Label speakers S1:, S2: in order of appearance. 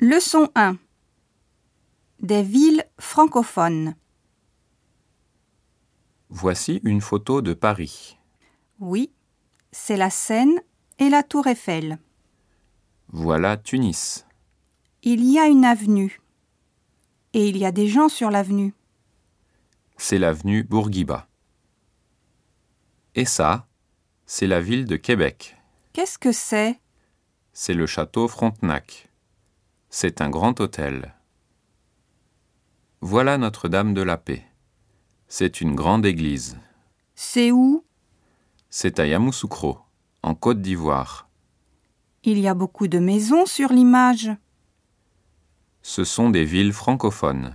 S1: Leçon 1 Des villes francophones.
S2: Voici une photo de Paris.
S1: Oui, c'est la Seine et la Tour Eiffel.
S2: Voilà Tunis.
S1: Il y a une avenue. Et il y a des gens sur l'avenue.
S2: C'est l'avenue Bourguiba. Et ça, c'est la ville de Québec.
S1: Qu'est-ce que c'est
S2: C'est le château Frontenac. C'est un grand hôtel. Voilà Notre-Dame de la Paix. C'est une grande église.
S1: C'est où
S2: C'est à Yamoussoukro, en Côte d'Ivoire.
S1: Il y a beaucoup de maisons sur l'image.
S2: Ce sont des villes francophones.